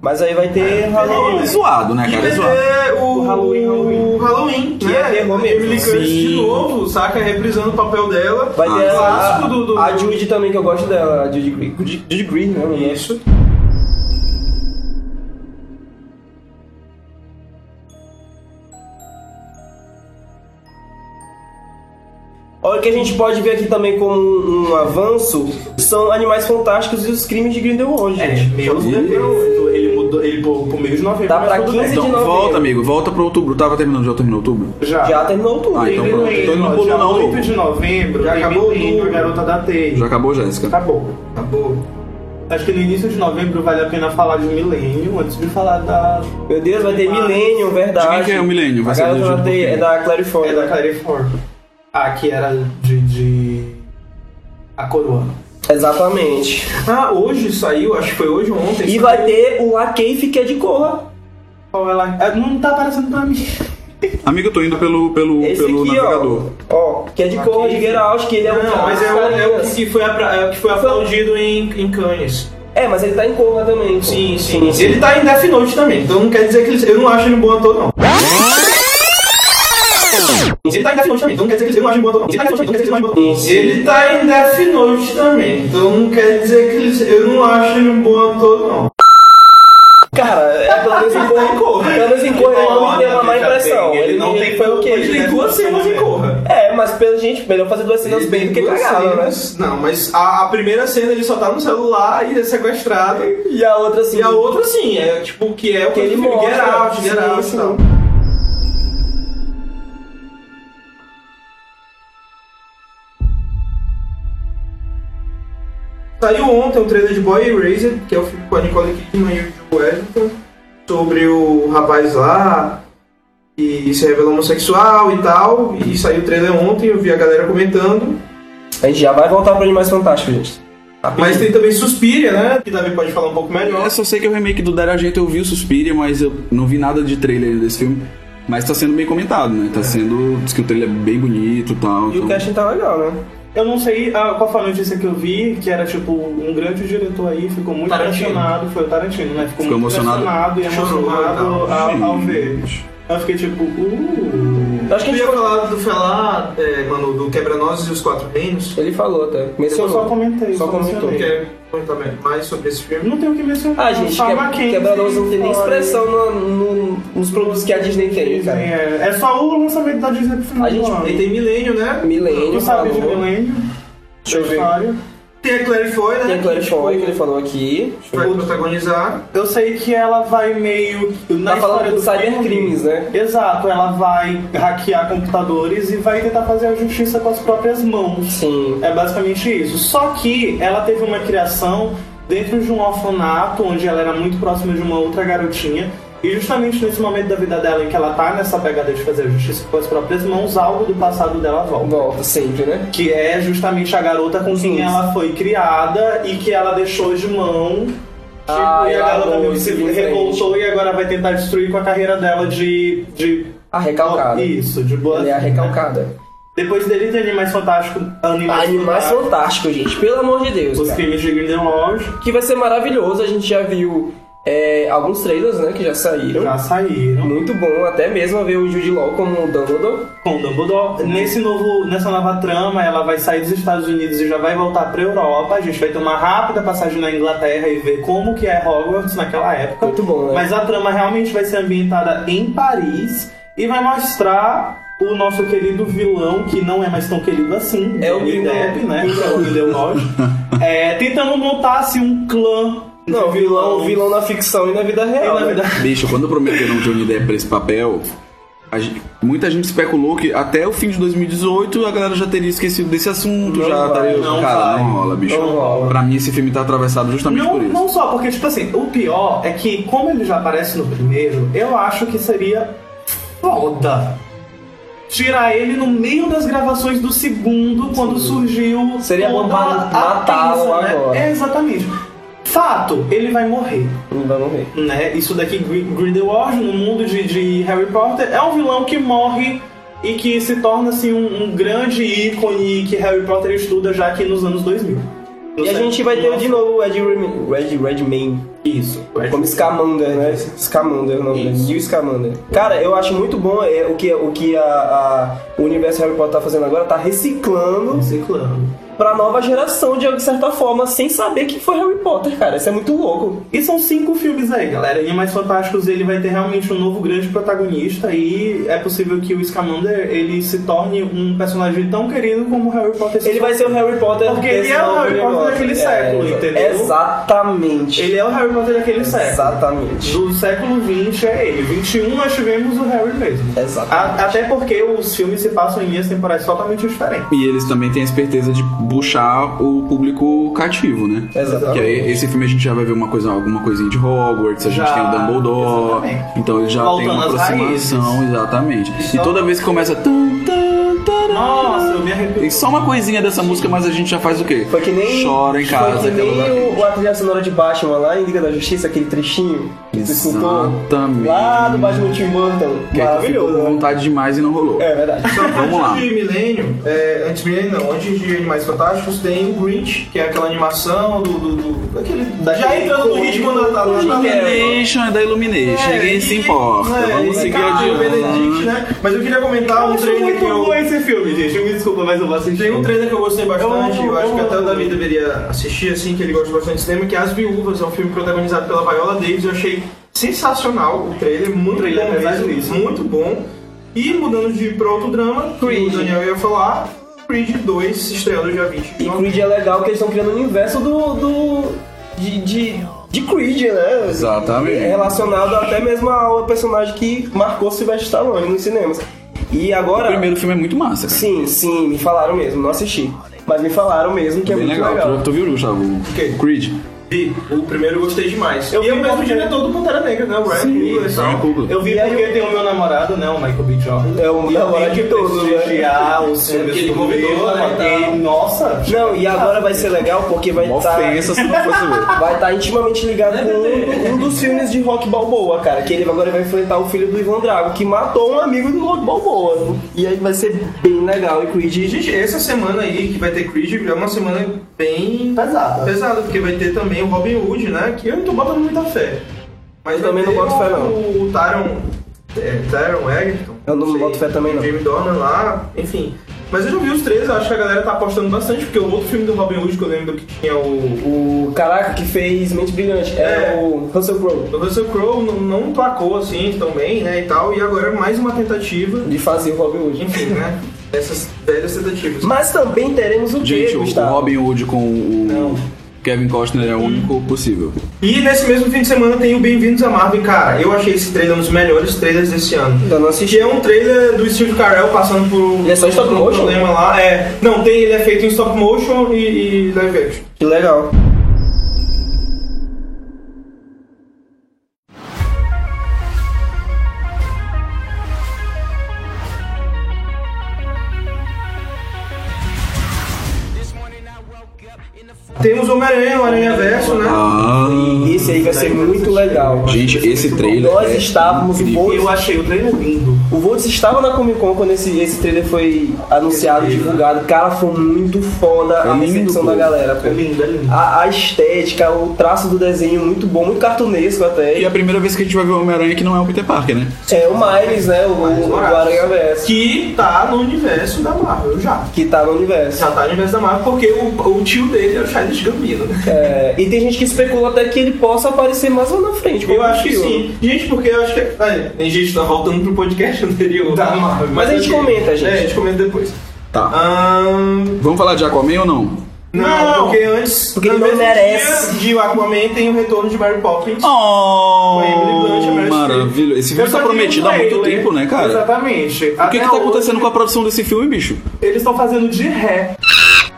Mas aí vai ter Halloween. É zoado, né, cara? É vai zoado. ter o, O Halloween, Halloween. o Halloween, Que né? é terror mesmo. Emily Curtis de Sim. novo, saca? Reprisando o papel dela. Vai ter o a, clássico do... do Ah, a Judy também, que eu gosto dela, a Judy Green. Judy, Judy Green, né? o nome. Isso. Olha, o que a gente pode ver aqui também como um, um avanço são Animais Fantásticos e os Crimes de Grindelwald, É, gente. meu Vamos ver. Deus. Ele mudou, ele pro, pro mês de novembro. Dá mas pra 15 tudo bem. Então, de novembro. volta, amigo, volta pro outubro. Tava terminando, já terminou outubro? Já. Já terminou tudo. Ah, então Ele pronto. Então não ele não entra, pulou dia não, 8 louco. de novembro, Já tem acabou Menino, tudo. a garota da teia. Já acabou, Jéssica? Acabou. Acabou. Acho que no início de novembro vale a pena falar de Milênio antes de falar da. Meu Deus, vai ter Mas- Millennium, verdade. De quem que é o Millennium? Vai A ser galera dirigido vai ter- por quem? é da Clariform. É da Clariform. Ah, que era de. de... A coroa. Exatamente. Ah, hoje saiu, acho que foi hoje ou ontem. E vai ter o La Cave que é de Corra. Qual ela. é, Não tá aparecendo pra mim. Amigo, eu tô indo pelo, pelo, Esse pelo aqui, navegador. ó. Ó, que é de La Corra, Cave. de Geralt, que ele é um Não, mas é o, é o que foi, apra- é o que foi aplaudido em, em Cannes. É, mas ele tá em Corra também. pô. Ele tá em Death Note também, então não quer dizer que ele, eu não acho ele um bom ator, não. Ele tá em Death Note também, então não quer dizer que ele eu não acho ele um bom ator, não. Ele tá em Death Note também, então não quer dizer que ele, tá eu então não acho ele um bom ator, não. Cara, é pelo menos tá em Corra. Pelo menos em Corra ele não tem uma má impressão. Ele não tem foi o quê? Ele tem duas cenas em Corra. É, mas pelo gente, melhor fazer duas cenas bem do que duas cagada, né? cenas. Não, mas a, a primeira cena ele só tá no celular e é sequestrado. E a outra assim. E a outra sim, é tipo que é o Que ele filme, mostra, Get Out, Get sim, Out sim. e tal. Saiu ontem o trailer de Boy Eraser, que é o filme com a Nicole Kidman e o Joe Wellington, sobre o rapaz lá que se revela homossexual e tal. E saiu o trailer ontem, eu vi a galera comentando. A gente já vai voltar para Animais Fantásticos, gente. Mas tem também Suspiria, né? Que Davi pode falar um pouco melhor. Eu só sei que é o remake do Daria Jeito eu vi o Suspiria, mas eu não vi nada de trailer desse filme. Mas tá sendo bem comentado, né? Tá sendo. Diz que o trailer é bem bonito e tal. E o então- casting tá legal, né? Eu não sei ah, qual foi a notícia que eu vi, que era tipo, um grande diretor aí ficou muito Tarantino. impressionado, foi o Tarantino, né? Ficou, Ficou muito emocionado. impressionado e Chorou e emocionado tal. ao, ao ver. Gente. Eu fiquei tipo, uh. Eu acho que Tu a ia gente falar do Felá, é, mano, do Quebra-Nozes e os Quatro Reinos? Ele falou, tá? Eu só Mencionou. comentei, Só comentou. mencionei. Quer comentar mais sobre esse filme? Não tem o que mencionar. Ah, gente, Salma que, Hayek, quebradores não tem nem fora. né? expressão no- no- nos produtos que a Disney tem, Disney, cara. É, é só o lançamento da Disney pro final A gente do ano. E tem Milênio, né? Milênio, Não sabe de falou. milênio, Deixa eu ver. história. Tem a Claire Foy, né? Tem a Claire Que, tipo, Foy, que é ele falou aqui. Vai protagonizar. Eu sei que ela vai meio. Na Tá falando dos história cybercrimes, né? Exato, ela vai hackear computadores e vai tentar fazer a justiça com as próprias mãos. Sim. É basicamente isso. Só que ela teve uma criação dentro de um orfanato, onde ela era muito próxima de uma outra garotinha. E justamente nesse momento da vida dela em que ela tá nessa pegada de fazer a justiça com as próprias mãos, algo do passado dela volta. Volta sempre, né? Que é justamente a garota com Sim. quem ela foi criada e que ela deixou de mão. Ah, tipo, e a ela garota meio não que se seguiu em revoltou e agora vai tentar destruir com a carreira dela de. de A recalcada. Isso, assim. de boa. Ela é a recalcada. Depois dele tem Animais Fantásticos. Animais, Animais fantásticos, gente. Pelo amor de Deus. Os cara. crimes de Grindelwald Que vai ser maravilhoso. A gente já viu é, alguns trailers, né? Que já saíram. já saíram. Muito bom, até mesmo ver o Jude Law como o Dumbledore. Com Dumbledore. Uhum. Nesse novo, nessa nova trama, ela vai sair dos Estados Unidos e já vai voltar pra Europa. A gente vai ter uma rápida passagem na Inglaterra e ver como que é Hogwarts naquela época. Muito bom, né? Mas a trama realmente vai ser ambientada em Paris e vai mostrar o nosso querido vilão, que não é mais tão querido assim, É o Johnny vilão. Depp, né? Que é o Grindelwald. É, tentando montar assim, um clã. de Não, vilão, vilões. vilão na ficção e na vida E, real. na né? verdade, Bicho, quando prometeram o Johnny Depp pra esse papel, a gente- muita gente especulou que até o fim de 2018 a galera já teria esquecido desse assunto, Não já vai, estaria. não Cara, vai. não rola, bicho. Não rola. Pra mim esse filme tá atravessado justamente Não, por isso. não só, porque, tipo assim, o pior é que, como ele já aparece no primeiro, eu acho que seria foda. Tirar ele no meio das gravações do segundo, quando surgiu. Seria toda bom ma- a matá-lo pinça, né? agora. É, exatamente. Fato, ele vai morrer. Vamos ver. Né? Isso daqui, Gr- Grindelwald, no mundo de, de Harry Potter, é um vilão que morre e que se torna assim, um, um grande ícone que Harry Potter estuda já aqui nos anos 2000. E a gente vai ter de novo o Ed Rem- Red Redmayne. Isso. Como Scamander, né? Scamander, o nome dele. New Scamander. Cara, eu acho muito bom é, o que, o, que a, a- o universo Harry Potter tá fazendo agora, tá reciclando Reciclando. pra nova geração de certa forma, sem saber que foi Harry Potter, cara. Isso é muito louco. E são cinco filmes aí, galera. E mais fantásticos, ele vai ter realmente um novo grande protagonista e é possível que o Scamander ele se torne um personagem tão querido como o Harry Potter. se Ele vai ser o Harry Potter Porque ele desse é o novo Harry Potter negócio. daquele É, século, exa- entendeu? Exatamente. ele é o Harry Potter daquele século. Exatamente. Do século 20 é ele. 21 nós tivemos o Harry mesmo. Exatamente. A- até porque os filmes se passam em linhas temporais totalmente diferentes. E eles também têm a esperteza de puxar o público cativo, né? Exatamente. Que aí, esse filme a gente já vai ver uma coisa, alguma coisinha de Hogwarts, a gente Já, tem o Dumbledore. exatamente. Então ele já tem uma Voltando às Então- aproximação, exatamente. E toda vez que começa. tum, tum, tarará, Nossa, eu me arrepio. Tem só uma coisinha dessa música, mas a gente já faz o quê? Foi que nem. Chora em casa. Foi que aquela da- nem o, a trilha sonora de Batman lá em Liga da Justiça, aquele trechinho que tu escutou. Exatamente. Lá do Batman Tim Burton. Que é aí tu ficou Maravilhoso. com né? vontade demais e não rolou. É verdade. Vamos lá. Antes de Milênio, é, antes de Milênio não, antes de Animais Fantásticos tem o Grinch, que é aquela animação do. do, do daquele, já entrando no ritmo natal. natal- Illumination é da Illumination, ninguém se importa. É, Vamos e seguir Carlos Benedict, adiante. né? Mas eu queria comentar um Eu acho trailer que muito bom eu. esse filme, gente. Me desculpa, mas eu vou assistir. Tem um trailer que eu gostei bastante, Eu- eu acho que eu- até o Davi deveria assistir, assim, que ele gosta bastante de cinema, que é As Viúvas, é um filme protagonizado pela Viola Davis, eu achei sensacional o trailer, muito trailer bom é mesmo, pesadíssimo. muito bom. E mudando de pra outro drama, que Creed. o Daniel ia falar, Creed 2 estreando dia 20. E Creed é legal que eles estão criando um universo do. do de, de, de Creed, né? Exatamente. É Relacionado até mesmo ao personagem que marcou Sylvester Stallone nos cinemas. E agora. O primeiro filme é muito massa, cara. Sim, sim, me falaram mesmo, não assisti. Mas me falaram mesmo que é Bem muito legal. legal. Tu, tu viu, Gustavo? quê? O Creed? E o primeiro eu gostei demais. Eu e é o vi mesmo qualquer- diretor do Pantera Negra, né? O Ryan Coogler e tal. Ryan Coogler. Eu vi E aí porque tem o meu namorado, né? O Michael B. Jordan. É o E eu namorado tenho de que todos, né? prestigiar os filmes que ele do convidou, meu, né, porque, e tal. Nossa! Não, e agora vai ser legal porque vai Mó estar. ofensa se não fosse ver. Vai estar intimamente ligado com um, um dos filmes de Rock Balboa, cara. Que ele agora vai enfrentar o filho do Ivan Drago, que matou um amigo do Rock Balboa. E aí vai ser bem legal. E E, Creed gente, essa semana aí que vai ter Creed é uma semana bem Pesada. pesada, porque vai ter também o Robin Hood, né? Que eu não tô botando muita fé. Mas Eu vai também não ter boto fé, não. O, o Taron. É, Taron Egerton. Eu não sei, boto fé também, não. Jamie Dornan lá, enfim. Mas eu já vi os três, eu acho que a galera tá apostando bastante, porque o outro filme do Robin Hood que eu lembro que tinha o. O caraca que fez Mente Brilhante é, É. o Russell Crowe. O Russell Crowe não, não placou assim tão bem, né? E tal, e agora é mais uma tentativa. De fazer o Robin Hood. Enfim, né? essas velhas tentativas. Mas também teremos o tá? quê, Gente, o, o Gustavo? Hum. Robin Hood com o Kevin Costner é o único possível. E nesse mesmo fim de semana tem o Bem-vindos a Marvel. Cara, eu achei esse trailer um dos melhores trailers desse ano. Ainda não assisti. Que é um trailer do Steve Carell passando por Ele é só stop por um motion? problema lá. É, não, tem, ele é feito em stop motion e, e live action. Que legal. Temos Homem-Aranha, o Aranha Verso, né? Ah, Esse aí vai ser muito legal. gente, esse trailer. Nós é estávamos incrível. bons. Eu achei o trailer lindo. O Volts estava na Comic Con quando esse, esse trailer foi anunciado, divulgado. Cara, foi muito foda Foi a lindo, recepção pô. da galera. pô. É lindo, é lindo. A, a estética, o traço do desenho muito bom, muito cartunesco até. E é a primeira vez que a gente vai ver o Homem-Aranha que não é o Peter Parker, né? É o Miles, né? O, o, o Aranha Verso, Que tá no universo da Marvel já. que tá no universo. Ah. Já tá no universo da Marvel porque o, o tio dele é o Charles Gambino, né? É, e tem gente que especula até que ele possa aparecer mais lá na frente. Eu como acho que filme. sim. Gente, porque eu acho que. Ah, tem gente tá voltando pro podcast anterior. Tá, mas a gente ok. comenta, gente. É, a gente comenta depois. Tá. Ahn, Vamos falar de Aquaman ou não? não, porque antes. Porque no ele não mesmo merece. Dia de Aquaman tem o retorno de Mary Poppins. Oh, Com a Emily Blunt, a Meryl maravilhoso. Esse filme tá Eu só vi um prometido há muito trailer. tempo, né, cara? Exatamente. O que, que tá acontecendo com a produção desse filme, bicho? Eles estão fazendo de ré.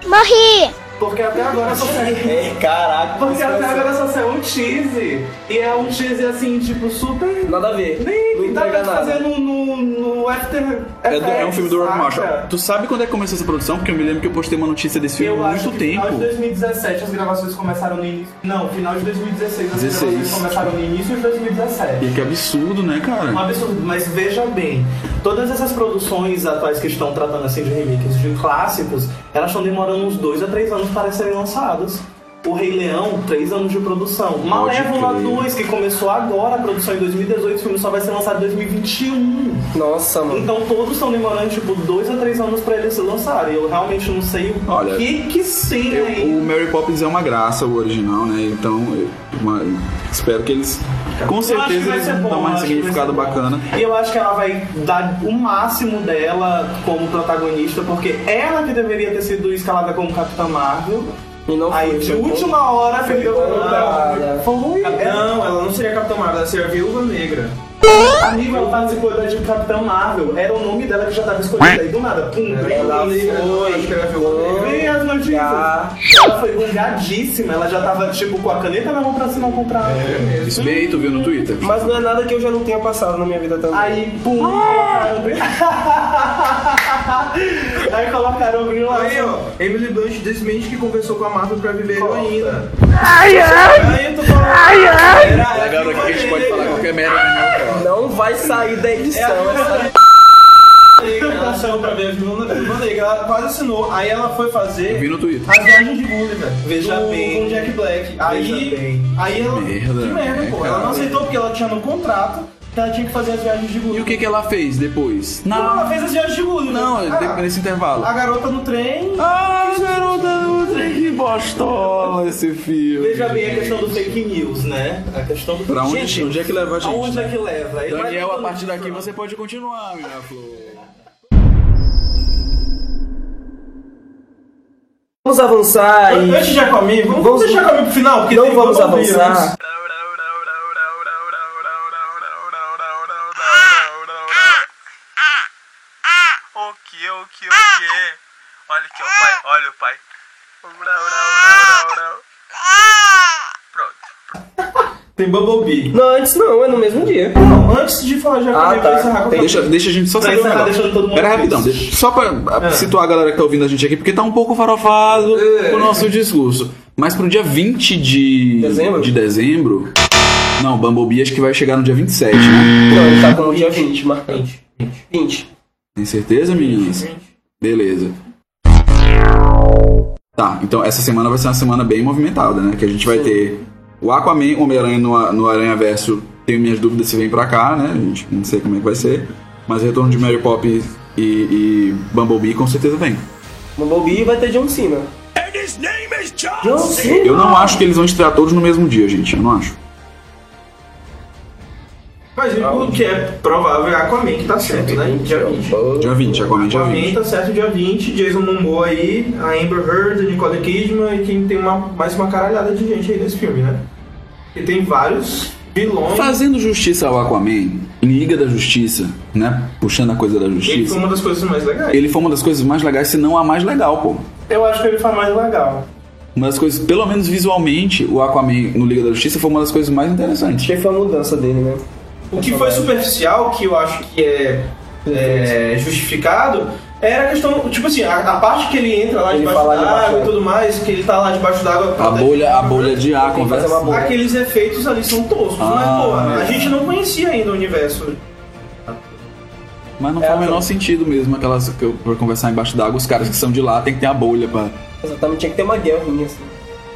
Morri! Porque até agora só saiu. É, assim. caraca. Porque até isso- agora só saiu um tease. E é um tease assim, tipo, super. Nada a ver. não Nem dá entrega pra nada. fazer no, no, no After. É, do- é um Effects, filme do Rock saca? Marshall. Tu sabe quando é que começou essa produção? Porque eu me lembro que eu postei uma notícia desse filme Eu há acho muito que tempo. final de 2017 as gravações começaram no início. Não, final de 2016 as 16. gravações começaram no início de 2017. E que absurdo, né, Um cara? absurdo, mas veja bem, todas essas produções atuais que estão tratando assim de remakes de clássicos, elas estão demorando uns dois a três anos para serem lançadas. O Rei Leão, três anos de produção. Malévola crer. 2, que começou agora a produção em 2018, o filme só vai ser lançado em 2021. Nossa, mano. Então todos estão demorando tipo dois a três anos para eles se lançarem. Eu realmente não sei o Olha, que que sim Eu- aí. o Mary Poppins é uma graça, o original, né? Então, eu- uma- espero que eles. Com Eu acho que certeza vai eles ser vão bom, dar eu mais acho que vai significado ser bom. bacana. E eu acho que ela vai dar o máximo dela como protagonista, porque ela que deveria ter sido escalada como Capitã Marvel. E não Aí foi, de foi bom. última hora perdeu É, nada. o Foi um- ruim. Não, ela não seria Capitã Marvel, ela seria a Viúva Negra. A nível participou da de Capitã Marvel. Era o nome dela que já estava escolhido. Aí do nada, pum, é Viúva ela Negra, não, acho que era a Viúva Negra. Vem as notícias. Ah. Ela foi gongadíssima. Ela já tava, tipo, com a caneta na mão pra cima comprar. Respeito, viu no Twitter? Mas não é nada que eu já não tenha passado na minha vida também. Aí, pum, colocaram o Aí colocaram o Green Aí, Lantern. ó, Emily Blunt desmente que conversou com a Marvel pra viver heroína. Aí eu tô falando. Era é a Agora que a gente pode falar qualquer merda, né, cara? Não vai sair da edição. essa- Negra, ela saiu pra ver a Viúva Viúva Negra, ela quase assinou. Aí ela foi Eu fazer vi no Twitter. As viagens de Gulliver. Veja do, bem. Com Jack Black. aí. bem. Aí ela. merda, que merda, né, pô. cara? Ela não aceitou porque ela tinha no contrato que ela tinha que fazer as viagens de E Gulliver. o que, que ela fez depois? Então ela fez as viagens de Gulliver. Não, Ah, de- nesse intervalo. A garota no trem. Ah, garota do trem, que bostola esse filme. Veja bem a questão do fake news, né? A questão do Pra onde, Gente, onde é que leva a gente? Aonde é que né? leva? Ele vai Daniel, a tentando partir daqui informar. você pode continuar, minha flor. Vamos avançar e. Antes de Aquaman, vamos, Vamos- vamos deixar Aquaman pro final, porque Não tem vamos Bumblebee avançar. antes. O que, o que, o que? Olha aqui, ó, o pai, olha o pai. Pronto. Tem Bumblebee. Não, antes não, é no mesmo dia. Não, antes de falar de Aquaman, Ah, tá. pra encerrar com Tem- Deixa, deixa a gente só Pra saber um encerrar, tá deixando todo negócio. mundo É. Pera feliz. rapidão, deixa- só pra a- situar a galera que tá ouvindo a gente aqui, porque tá um pouco farofado É. com o nosso discurso. Mas pro dia 20 de Dezembro? de dezembro não, Bumblebee acho que vai chegar no dia 27, né? Não, ele tá como dia 20, marcante. 20. Tem certeza, meninas? Beleza. Tá, então essa semana vai ser uma semana bem movimentada, né? Que a gente vai ter o Aquaman, o Homem-Aranha no, no Aranha Verso. Tenho minhas dúvidas se vem pra cá, né? A gente não sei como é que vai ser. Mas o retorno de Mary Poppins e, e Bumblebee com certeza vem. Bumblebee vai ter John Cena. John Cena? Eu não acho que eles vão estrear todos no mesmo dia, gente. Eu não acho. Mas o que é provável é Aquaman que tá certo, né? Dia 20. Dia 20, Aquaman dia Aquaman 20. tá certo dia 20, Jason Momoa aí, a Amber Heard, a Nicole Kidman e quem tem uma, mais uma caralhada de gente aí nesse filme, né? E tem vários vilões. Fazendo justiça ao Aquaman, em Liga da Justiça, né? Puxando a coisa da Ele foi justiça. uma das coisas mais legais. Ele foi uma das coisas mais legais, se não a mais legal, pô. Eu acho que ele foi mais legal. Uma das coisas, pelo menos visualmente, o Aquaman no Liga da Justiça foi uma das coisas mais interessantes. Achei que foi a mudança dele, né? O que foi superficial, que eu acho que é, é, justificado, era a questão, tipo assim, a, a parte que ele entra lá Ele debaixo fala d'água debaixo, e né? tudo mais, que ele tá lá debaixo d'água. A bolha, a bolha de ar, Fazer uma conversa. boa. Aqueles efeitos ali são toscos, Ah, mas pô, a é. gente não conhecia ainda o universo. Mas não faz É, o menor sentido mesmo aquelas que eu pra conversar embaixo d'água, os caras que são de lá tem que ter a bolha pra. Exatamente, tinha que ter uma guerrinha, assim.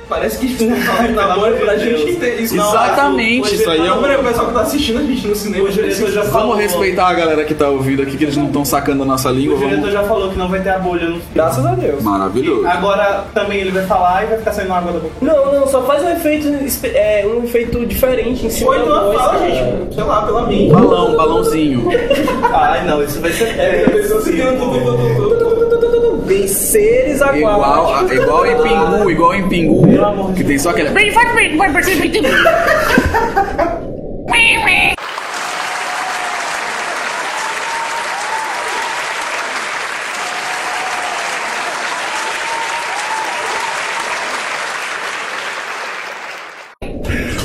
Parece que isso tá bom pra gente entender isso. não, Exatamente, mas o- isso aí é Não, um- mas O pessoal que tá assistindo a gente no cinema, O diretor já falou. Vamos respeitar a galera que tá ouvindo aqui, que eles não estão sacando a nossa língua. O diretor Vamos... já falou Ah. que não vai ter a bolha no filme. Graças a Deus. Maravilhoso. Agora também ele vai falar e vai ficar saindo água da boca. Não, não, só faz um efeito, espe- é, um efeito diferente em cima Ou então da ela voz, fala, cara. gente, sei lá, pela mente. Balão, balãozinho. Ai não, isso né? vai ser É, péssimo. pensou assim, eu tô- tô- tô- tô- tô- Venceres Igual, a- aquáticos. igual em Pingu, igual em Pingu. Pelo amor de Que tem só aquele.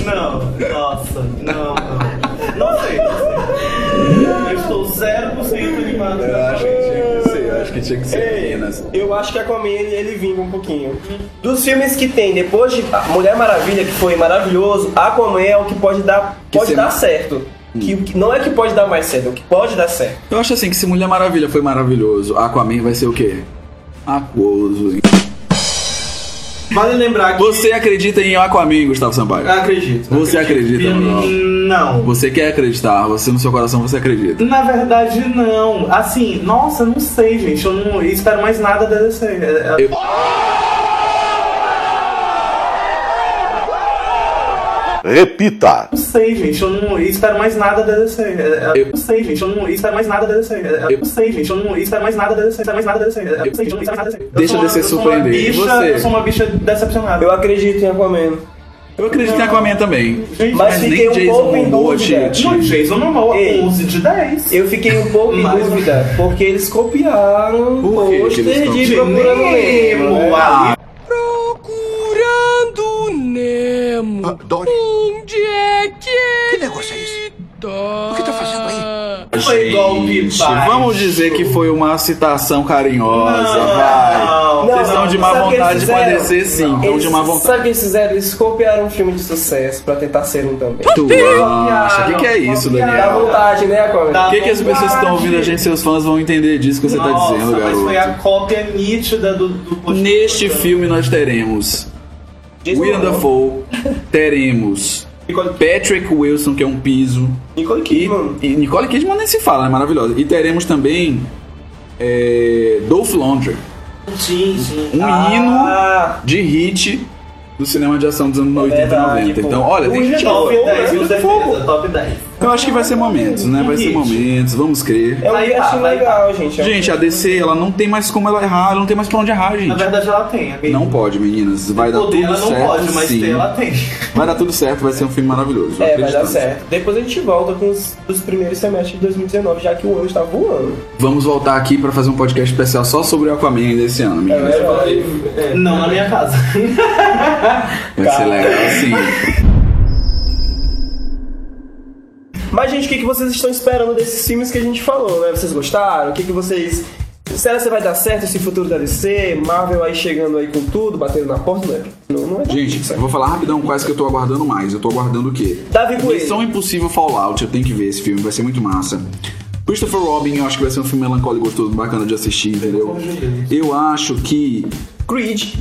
Não, nossa, não, não. Não sei, não sei. Eu estou 0% animado. Eu acho que tinha que ser, eu acho que tinha que ser Ei, Minas. Eu acho que a Aquaman ele, ele vinga um pouquinho. Dos filmes que tem, depois de Mulher Maravilha, que foi maravilhoso, Aquaman é o que pode dar, Que Hum. pode ser- dar certo. Que, o que- não é que pode dar mais certo, é o que pode dar certo. Eu acho assim que se Mulher Maravilha foi maravilhoso, Aquaman vai ser o quê? Aquoso. Vale lembrar que. Você acredita em Aquaman, Gustavo Sampaio? Acredito. Você acredita ou não? Não. Você quer acreditar, você no seu coração você acredita. Na verdade, não. Assim, nossa, não sei, gente. Eu não espero mais nada da DC. É, é- Eu- Repita. Não sei, gente. Eu não espero mais nada da DC. É, é- Eu- Não sei, gente. Eu não espero mais nada da DC. É, é- Eu- Não sei, gente. Eu não espero mais nada da DC. Não espero mais nada da DC. É, é- Não sei, gente. Eu não espero mais nada da DC. Eu Deixa sou uma- a DC eu sou uma surpreender. bicha- Você? Eu sou uma bicha decepcionada. Eu acredito em Aquaman. Eu acredito em Aquaman também. Gente, Mas Mas fiquei nem um Jason pouco em Momoa te, dúvida. te- No Jason Momoa, é, Ei. 11 de 10. Eu fiquei um pouco em Mas- dúvida, porque eles copiaram o Por que que eles é, pôster de copiaram? Procurando Nemo. né? Ah, Procurando Nemo. Onde é que. Que negócio é esse? O que tá fazendo aí? Foi golpe Gente, baixo. Vamos dizer que foi uma citação carinhosa, vai. Não. Vocês estão de má sabe o que eles vontade de fizeram? padecer, sim. Estão Eles, de má vontade. Sabe o que eles fizeram? Eles copiaram um filme de sucesso pra tentar ser um também. Tu acha? O que, que é isso, Dá Daniel? vontade, né, Aquaman? Dá O que, que as pessoas que estão ouvindo a gente, seus fãs, vão entender disso que você tá Nossa, dizendo, mas foi a garoto? cópia nítida do, do post- Neste filme nós teremos William Dafoe, teremos Patrick Wilson, que é um piso, Nicole e, Kidman. e Nicole Kidman nem se fala, é maravilhosa. E teremos também é, Dolph Lundgren, Sim, sim. um Ah, hino de hit do cinema de ação É dos anos 80 verdade, e 90. pô. Então, olha, tem O gente Hino boa. Top Fogo, 10, né? com certeza, top 10. Eu acho que vai ser momentos, né? Vai ser Hit. momentos, vamos crer. É um Aí, ah, casting vai- legal, gente. É um- Gente, a DC, ela não tem mais como ela errar, ela não tem mais pra onde errar, Na gente. verdade, ela tem, amigo. Não pode, meninas. Vai dar é. Poder tudo ela não pode, certo, mas ter, sim. ela tem. Vai dar tudo certo, vai ser um filme maravilhoso. É, vai dar acreditamos. certo. Depois a gente volta com os, os primeiros semestres de 2019, já que o ano está voando. Vamos voltar aqui pra fazer um podcast especial só sobre o Aquaman ainda esse ano, É meninas. verdade. Não na minha casa. Vai ser legal, sim. Mas, gente, o que, que vocês estão esperando desses filmes que a gente falou, né? Vocês gostaram? O que, que vocês. Será que vai dar certo esse futuro da DC? Marvel aí chegando aí com tudo, batendo na porta, né? Não, não vai dar Gente, eu vou falar rapidão quais que eu tô aguardando mais. Eu tô aguardando o quê? Davi Missão Coelho. Impossível Fallout, eu tenho que ver esse filme, vai ser muito massa. Christopher Robin, eu acho que vai ser um filme melancólico gostoso, bacana de assistir, entendeu? Eu acho que Creed.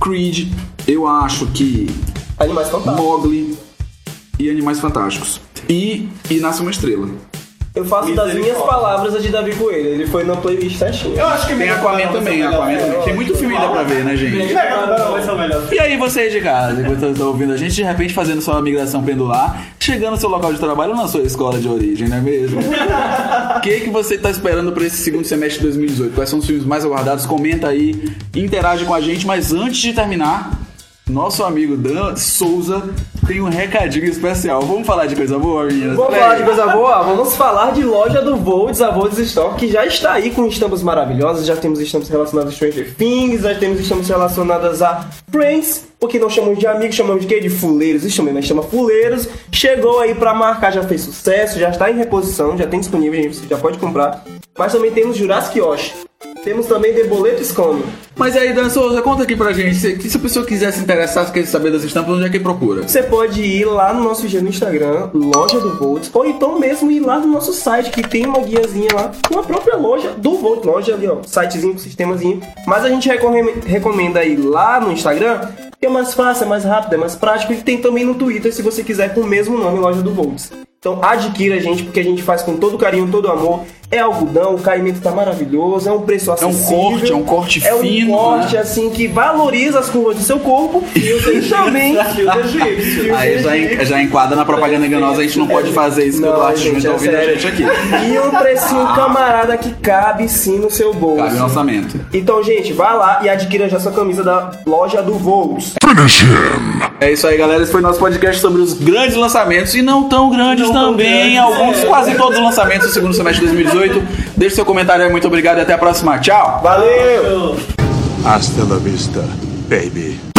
Creed, eu acho que Tá. Animais Fantásticos. Mogli e Animais Fantásticos. E, e Nasce uma Estrela. Eu faço das minhas palavras a de Davi Coelho. Ele foi na playlist certinho. Eu acho que Tem Aquaman também, Aquaman também. Tem muito filme ainda pra ver, né, gente? E aí vocês de casa, enquanto estão ouvindo a gente, de repente fazendo sua migração pendular, chegando ao seu local de trabalho ou na sua escola de origem, não é mesmo? O que, que você está esperando para esse segundo semestre de 2018? Quais são os filmes mais aguardados? Comenta aí, interage com a gente, mas antes de terminar, nosso amigo Dan Souza tem um recadinho especial. Vamos falar de coisa boa, meninas? né? Vamos falar de coisa boa? Vamos falar de loja do Volts, a Volts Store, que já está aí com estampas maravilhosas. Já temos estampas relacionadas a Stranger Things, já temos estampas relacionadas a Friends, o que não chamamos de amigos, chamamos de quê? De fuleiros. Isso mesmo, mas chama fuleiros. Chegou aí pra marcar, já fez sucesso, já está em reposição, já tem disponível, gente, você já pode comprar. Mas também temos Jurassic Yoshi. Temos também The Boleto Scone. Mas e aí, Dan Souza, conta aqui pra gente. Se, se a pessoa quiser se interessar, se quer saber das estampas, onde é que procura? Você pode ir lá no nosso dia no Instagram, loja do Volt, ou então mesmo ir lá no nosso site, que tem uma guiazinha lá com a própria loja do Volt, loja ali, ó, sitezinho com sistemazinho. Mas a gente recorre- recomenda ir lá no Instagram, que é mais fácil, é mais rápido, é mais prático, e tem também no Twitter, se você quiser, com o mesmo nome, loja do Volts. Então adquira a gente, porque a gente faz com todo carinho, todo amor. É algodão, o caimento tá maravilhoso, é um preço um acessível. corte, é um corte é um fino, corte, né? assim, que valoriza as curvas do seu corpo. E o também... Aí já, en- já enquadra na propaganda enganosa, a gente não pode fazer isso que o Não, Duarte Júnior gente, tá é ouvindo a sério. gente aqui. E um precinho camarada que cabe sim no seu bolso. Cabe no orçamento. Então, gente, vá lá e adquira já sua camisa da loja do Volts. É isso aí, galera. Esse foi nosso podcast sobre os grandes lançamentos e não tão grandes também. Alguns, É. quase todos os lançamentos do segundo semestre de 2018. Deixe seu comentário aí, muito obrigado e até a próxima. Tchau! Valeu! Hasta la vista, baby.